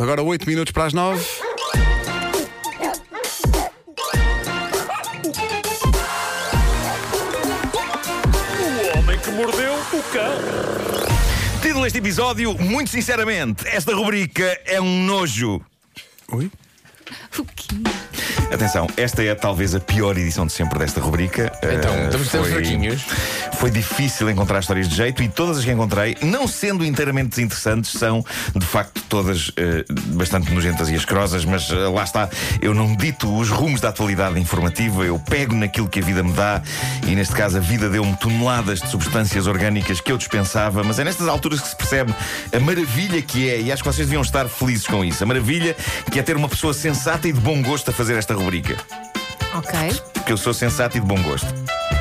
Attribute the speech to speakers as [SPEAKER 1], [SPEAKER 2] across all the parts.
[SPEAKER 1] Agora 8 minutos para as 9.
[SPEAKER 2] O homem que mordeu o cão.
[SPEAKER 3] Título deste episódio, muito sinceramente, esta rubrica é um nojo.
[SPEAKER 1] Ui?
[SPEAKER 4] O quê?
[SPEAKER 3] Atenção, esta é talvez a pior edição de sempre desta rubrica.
[SPEAKER 5] Então,
[SPEAKER 3] Eh,
[SPEAKER 5] estamos- estamos fraquinhos.
[SPEAKER 3] Foi difícil encontrar histórias de jeito e todas as que encontrei, não sendo inteiramente desinteressantes, são de facto todas eh, bastante nojentas e asquerosas, mas eh, lá está, eu não dito os rumos da atualidade informativa, eu pego naquilo que a vida me dá e neste caso a vida deu-me toneladas de substâncias orgânicas que eu dispensava, mas é nestas alturas que se percebe a maravilha que é, e acho que vocês deviam estar felizes com isso, a maravilha que é ter uma pessoa sensata e de bom gosto a fazer esta rubrica.
[SPEAKER 4] Ok.
[SPEAKER 3] Porque eu sou sensato e de bom gosto.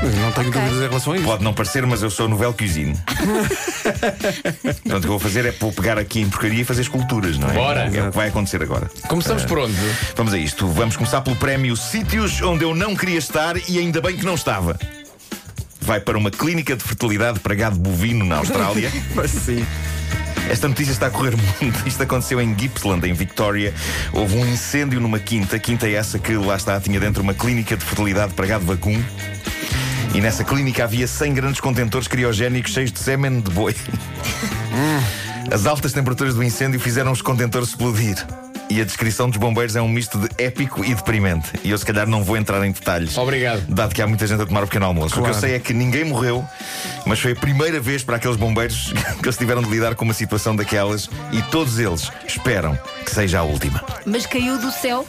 [SPEAKER 1] Eu não tenho dúvidas em relação a isso.
[SPEAKER 3] Pode não parecer, mas eu sou novel cuisine. Portanto, o que eu vou fazer é vou pegar aqui em porcaria e fazer esculturas, não é?
[SPEAKER 5] Bora.
[SPEAKER 3] É o que vai acontecer agora.
[SPEAKER 5] Começamos por onde?
[SPEAKER 3] Vamos a isto. Vamos começar pelo prémio Sítios onde eu não queria estar e ainda bem que não estava. Vai para uma clínica de fertilidade para gado bovino na Austrália. Esta notícia está a correr muito. Isto aconteceu em Gippsland, em Victoria. Houve um incêndio numa quinta. Quinta é essa que lá está, tinha dentro uma clínica de fertilidade para gado vacum. E nessa clínica havia 100 grandes contentores criogénicos cheios de sêmen de boi. As altas temperaturas do incêndio fizeram os contentores explodir. E a descrição dos bombeiros é um misto de épico e deprimente. E eu, se calhar, não vou entrar em detalhes.
[SPEAKER 5] Obrigado.
[SPEAKER 3] Dado que há muita gente a tomar o pequeno almoço. O que
[SPEAKER 1] Claro.
[SPEAKER 3] eu sei é que ninguém morreu, mas foi a primeira vez para aqueles bombeiros que eles tiveram de lidar com uma situação daquelas e todos eles esperam que seja a última.
[SPEAKER 4] Mas caiu do céu.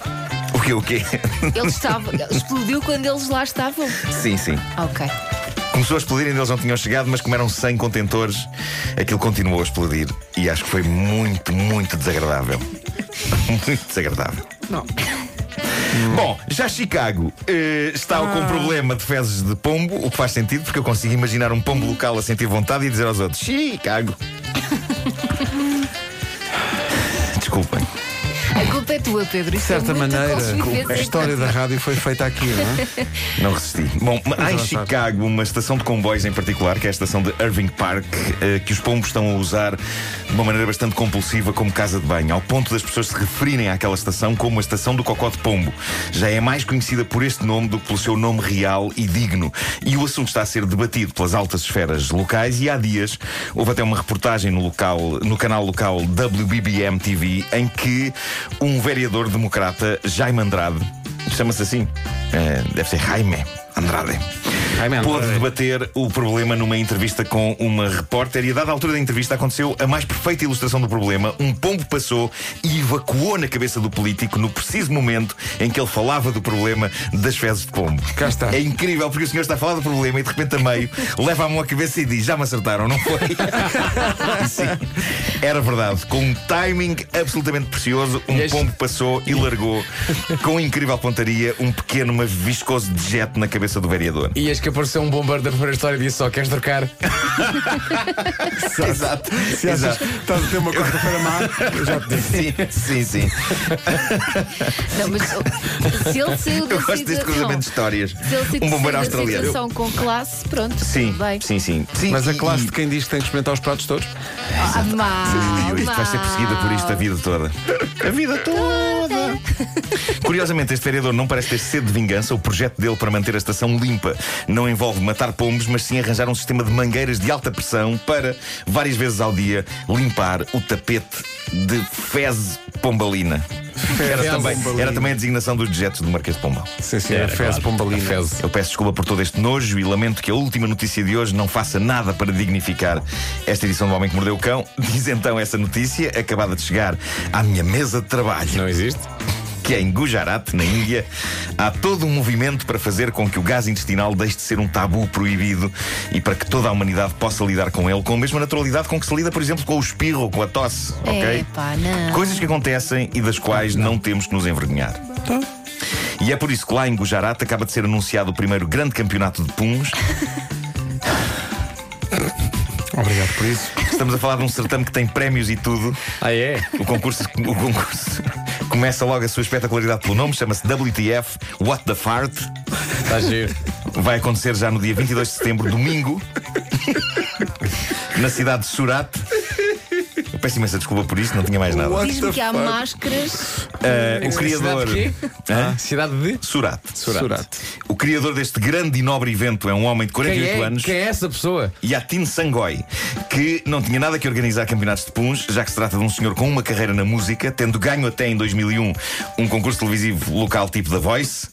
[SPEAKER 3] O quê? O quê?
[SPEAKER 4] Ele estava. explodiu quando eles lá estavam.
[SPEAKER 3] Sim, sim.
[SPEAKER 4] Ok.
[SPEAKER 3] Começou a explodir, ainda eles não tinham chegado, mas como eram 100 contentores, aquilo continuou a explodir. E acho que foi muito, muito desagradável. muito desagradável. Bom, já Chicago eh, está com problema de fezes de pombo, o que faz sentido, porque eu consigo imaginar um pombo local a sentir vontade e dizer aos outros: Chicago. Desculpem.
[SPEAKER 4] A culpa é tua, Pedro.
[SPEAKER 1] De certa maneira, a
[SPEAKER 4] História...
[SPEAKER 1] história da rádio foi feita aqui, não é?
[SPEAKER 3] Não resisti. Bom, há em
[SPEAKER 1] avançar.
[SPEAKER 3] Chicago uma estação de comboios em particular, que é a estação de Irving Park, eh, que os pombos estão a usar de uma maneira bastante compulsiva como casa de banho, ao ponto das pessoas se referirem àquela estação como a estação do Cocó de Pombo. Já é mais conhecida por este nome do que pelo seu nome real e digno. E o assunto está a ser debatido pelas altas esferas locais e há dias houve até uma reportagem no, local, no canal local WBBM TV em que um vereador democrata, Jaime Andrade, chama-se assim, eh, deve ser Jaime Andrade.
[SPEAKER 1] Jaime Andrade.
[SPEAKER 3] Pôde debater o problema numa entrevista com uma repórter e, a dada altura da entrevista, aconteceu a mais perfeita ilustração do problema. Um pombo passou e evacuou na cabeça do político no preciso momento em que ele falava do problema das fezes de pombo.
[SPEAKER 1] Cá está.
[SPEAKER 3] É incrível porque o senhor está a falar do problema e, de repente, a meio, leva a mão à cabeça e diz: Já me acertaram, não foi? Sim, era verdade. Com um timing absolutamente precioso, um
[SPEAKER 5] E este-
[SPEAKER 3] pombo passou e largou, com incrível pontaria, um pequeno, mas viscoso dejeto na cabeça do vereador.
[SPEAKER 5] E acho que apareceu um bombeiro da primeira história e disse só: queres trocar?
[SPEAKER 3] É, Exato.
[SPEAKER 1] Se achas que estás a ter uma quarta-feira má, já te disse.
[SPEAKER 3] Sim, sim, sim.
[SPEAKER 4] Não, mas se ele saiu da
[SPEAKER 3] Eu gosto deste cruzamento de
[SPEAKER 4] situação.
[SPEAKER 3] histórias.
[SPEAKER 4] Se ele saiu
[SPEAKER 3] Um
[SPEAKER 4] saiu
[SPEAKER 3] bombeiro
[SPEAKER 4] da
[SPEAKER 3] australiano.
[SPEAKER 4] situação com classe, pronto.
[SPEAKER 3] Sim,
[SPEAKER 4] tudo bem.
[SPEAKER 3] sim, sim, sim.
[SPEAKER 1] Mas a
[SPEAKER 3] e-
[SPEAKER 1] classe
[SPEAKER 3] e-
[SPEAKER 1] de quem diz que tem que experimentar os pratos todos?
[SPEAKER 4] Ah, mal,
[SPEAKER 3] Isto vai ser perseguida por isto a vida toda. A vida toda! Curiosamente, este vereador não parece ter sede de vingança. O projeto dele para manter a estação limpa não envolve matar pombos, mas sim arranjar um sistema de mangueiras de alta pressão para, várias vezes ao dia, limpar o tapete de fezes pombalina. Era
[SPEAKER 5] Fezes
[SPEAKER 3] também,
[SPEAKER 1] pombalina.
[SPEAKER 3] era também a designação dos dejetos do Marquês de Pombal.
[SPEAKER 1] Sim, sim, a fez pombalina.
[SPEAKER 5] Fez.
[SPEAKER 3] Eu peço desculpa por todo este nojo e lamento que a última notícia de hoje não faça nada para dignificar esta edição do Homem que Mordeu o Cão. Diz então essa notícia, acabada de chegar à minha mesa de trabalho,
[SPEAKER 5] Não é? existe?
[SPEAKER 3] que é em Gujarat, na Índia, há todo um movimento para fazer com que o gás intestinal deixe de ser um tabu proibido e para que toda a humanidade possa lidar com ele com a mesma naturalidade com que se lida, por exemplo, com o espirro ou com a tosse,
[SPEAKER 4] É,
[SPEAKER 3] ok?
[SPEAKER 4] Epá, não.
[SPEAKER 3] Coisas que acontecem e das quais não temos que nos envergonhar.
[SPEAKER 1] Tá.
[SPEAKER 3] E é por isso que lá em Gujarat acaba de ser anunciado o primeiro grande campeonato de puns.
[SPEAKER 1] Obrigado por isso.
[SPEAKER 3] Estamos a falar de um certame que tem prémios e tudo.
[SPEAKER 5] Ah, é?
[SPEAKER 3] O concurso, o concurso começa logo a sua espetacularidade pelo nome, chama-se WTF What the Fart. Tá
[SPEAKER 5] Está giro.
[SPEAKER 3] Vai acontecer já no dia 22 de setembro, domingo, na cidade de Surat. Eu peço peço imensa desculpa por isso, não tinha mais nada.
[SPEAKER 1] What
[SPEAKER 4] Diz-me
[SPEAKER 1] the
[SPEAKER 4] que há
[SPEAKER 1] fuck?
[SPEAKER 4] máscaras.
[SPEAKER 3] Eh, o
[SPEAKER 5] Cidade
[SPEAKER 3] criador.
[SPEAKER 5] de quê? Ah,
[SPEAKER 3] Hã?
[SPEAKER 5] Cidade de?
[SPEAKER 3] Surate.
[SPEAKER 5] Surate.
[SPEAKER 1] Surate.
[SPEAKER 3] É? O criador deste grande e nobre evento é um homem de
[SPEAKER 5] Quem
[SPEAKER 3] 48
[SPEAKER 5] é,
[SPEAKER 3] anos.
[SPEAKER 5] quem é essa pessoa?
[SPEAKER 3] Yatin Sangoi, que não tinha nada que organizar campeonatos de puns, já que se trata de um senhor com uma carreira na música, tendo ganho até em 2001 um concurso televisivo local tipo da Voice.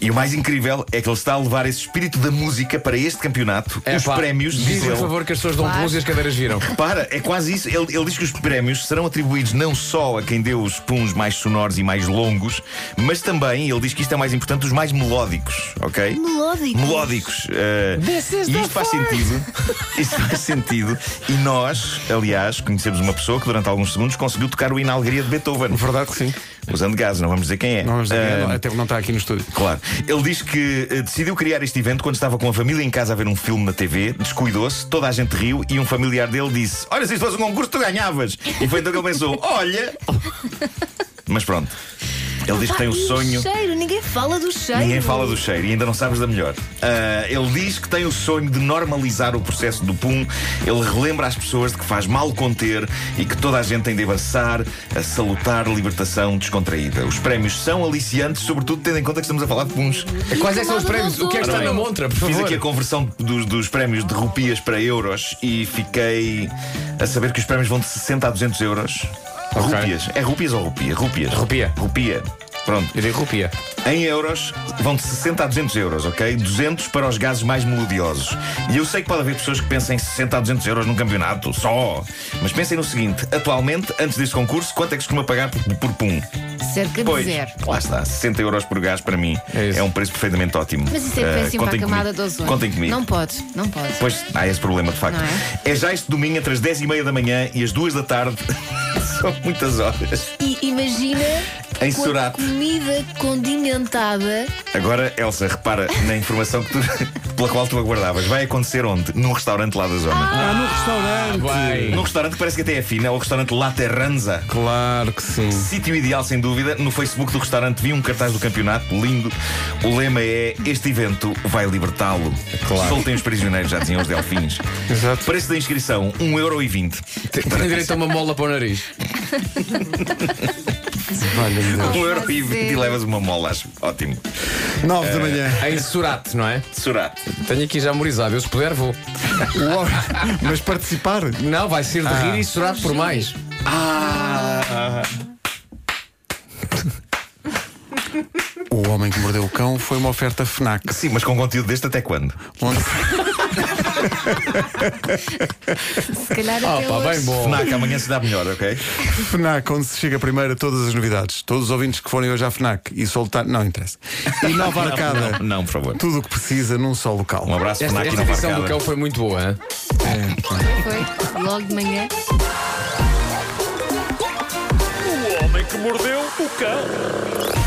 [SPEAKER 3] E o mais incrível é que ele está a levar esse espírito da música para este campeonato. os
[SPEAKER 5] Epá,
[SPEAKER 3] prémios, diz
[SPEAKER 5] Dizem,
[SPEAKER 3] ele.
[SPEAKER 5] por favor, que as pessoas dão
[SPEAKER 4] Claro.
[SPEAKER 5] pulos e as cadeiras viram.
[SPEAKER 3] Para, é quase isso. Ele, ele diz que os prémios serão atribuídos não só a quem deu os puns mais sonoros e mais longos, mas também, ele diz que isto é mais importante, os mais melódicos, ok?
[SPEAKER 4] Melódicos?
[SPEAKER 3] Melódicos. eh, e isto faz sentido. Isto faz sentido. E nós, aliás, conhecemos uma pessoa que durante alguns segundos conseguiu tocar o hino Alegria de Beethoven,
[SPEAKER 1] Verdade que sim.
[SPEAKER 3] usando gás, não vamos dizer quem é.
[SPEAKER 1] Não vamos
[SPEAKER 3] Eh,
[SPEAKER 1] dizer, não, até porque não está aqui no estúdio.
[SPEAKER 3] Claro. Ele diz que eh, decidiu criar este evento quando estava com a família em casa a ver um filme na TV, descuidou-se, toda a gente riu e um familiar dele disse: Olha, se isto fosse um concurso, tu ganhavas. E foi então que ele pensou: Olha. Mas pronto. Ele diz que tem o
[SPEAKER 4] Pá, e
[SPEAKER 3] sonho.
[SPEAKER 4] cheiro, ninguém fala do cheiro.
[SPEAKER 3] Ninguém fala do cheiro e ainda não sabes da melhor. Ah, ele diz que tem o sonho de normalizar o processo do pum. Ele relembra às pessoas de que faz mal conter e que toda a gente tem de avançar a salutar libertação descontraída. Os prémios são aliciantes, sobretudo tendo em conta que estamos a falar de puns.
[SPEAKER 5] Quais é que são os
[SPEAKER 4] Fala
[SPEAKER 5] prémios?
[SPEAKER 4] do
[SPEAKER 5] O que é que
[SPEAKER 4] Azul.
[SPEAKER 5] está na montra, por
[SPEAKER 3] Fiz
[SPEAKER 5] favor?
[SPEAKER 3] aqui a conversão dos, dos prémios de rupias para euros e fiquei a saber que os prémios vão de 60 a 200 euros.
[SPEAKER 5] Ok.
[SPEAKER 3] Rupias. É rupias ou rupia? Rupias.
[SPEAKER 5] Rupia.
[SPEAKER 3] Rupia. Pronto.
[SPEAKER 5] Eu dei rupia.
[SPEAKER 3] Em euros, vão de 60 a 200 euros, ok? 200 para os gases mais melodiosos. E eu sei que pode haver pessoas que pensem em 60 a 200 euros num campeonato, só. Mas pensem no seguinte: atualmente, antes deste concurso, quanto é que se costuma pagar por, por pum?
[SPEAKER 4] Cerca de
[SPEAKER 3] Pois,
[SPEAKER 4] zero.
[SPEAKER 3] lá está, 60 euros por gás para mim
[SPEAKER 5] É
[SPEAKER 3] é,
[SPEAKER 5] isso.
[SPEAKER 3] um preço perfeitamente ótimo.
[SPEAKER 4] Mas isso é
[SPEAKER 3] Eh,
[SPEAKER 4] péssimo para a
[SPEAKER 3] contem
[SPEAKER 4] camada
[SPEAKER 3] comigo.
[SPEAKER 4] do ozono.
[SPEAKER 3] Contem comigo.
[SPEAKER 4] Não pode, não pode.
[SPEAKER 3] Pois há esse problema, de facto.
[SPEAKER 4] Não
[SPEAKER 3] é? já este domingo, entre as 10 e meia da manhã e as 2 da tarde, são muitas horas.
[SPEAKER 4] E imagina
[SPEAKER 3] Em
[SPEAKER 4] com a
[SPEAKER 3] Sorate.
[SPEAKER 4] comida condimentada.
[SPEAKER 3] Agora, Elsa, repara na informação que tu- pela qual tu aguardavas. Vai acontecer onde? Num restaurante lá da zona.
[SPEAKER 1] Ah, no restaurante.
[SPEAKER 5] Vai.
[SPEAKER 3] Num restaurante que parece que até é fino, é o restaurante La Terranza.
[SPEAKER 1] Claro que sim.
[SPEAKER 3] Sítio ideal, sem dúvida. No Facebook do restaurante vi um cartaz do campeonato, lindo. O lema é: Este evento vai libertá-lo.
[SPEAKER 5] Claro.
[SPEAKER 3] Soltem os prisioneiros, já diziam os delfins.
[SPEAKER 1] Exato.
[SPEAKER 3] Preço da inscrição: 1,20€.
[SPEAKER 5] Tem direito a uma mola para o nariz.
[SPEAKER 3] 1,20€ e levas uma mola, acho. Ótimo.
[SPEAKER 1] 9 da manhã.
[SPEAKER 5] Em Surate, não é?
[SPEAKER 3] Surate.
[SPEAKER 5] Tenho aqui já memorizado. Eu, se puder, vou.
[SPEAKER 1] Uau, Mas participar?
[SPEAKER 5] Não, vai ser de
[SPEAKER 3] Ah.
[SPEAKER 5] rir e Surate por mais.
[SPEAKER 1] O Homem que Mordeu o Cão foi uma oferta FNAC.
[SPEAKER 3] Sim, mas com conteúdo deste até quando?
[SPEAKER 1] Onde...
[SPEAKER 4] Se calhar
[SPEAKER 5] Ah,
[SPEAKER 4] até
[SPEAKER 5] pá,
[SPEAKER 4] hoje.
[SPEAKER 5] bem bom.
[SPEAKER 3] FNAC, amanhã se dá melhor, ok?
[SPEAKER 1] FNAC, onde se chega primeiro a todas as novidades. Todos os ouvintes que forem hoje à FNAC e soltar. Não interessa. E Nova Arcada.
[SPEAKER 3] Não, não, por favor.
[SPEAKER 1] Tudo o que precisa num só local. É.
[SPEAKER 3] Um abraço,
[SPEAKER 5] Esta,
[SPEAKER 3] FNAC e
[SPEAKER 5] esta
[SPEAKER 3] não
[SPEAKER 5] edição do
[SPEAKER 3] marcada.
[SPEAKER 5] cão foi muito boa, hein?
[SPEAKER 4] Foi logo de manhã.
[SPEAKER 2] O homem que mordeu o cão.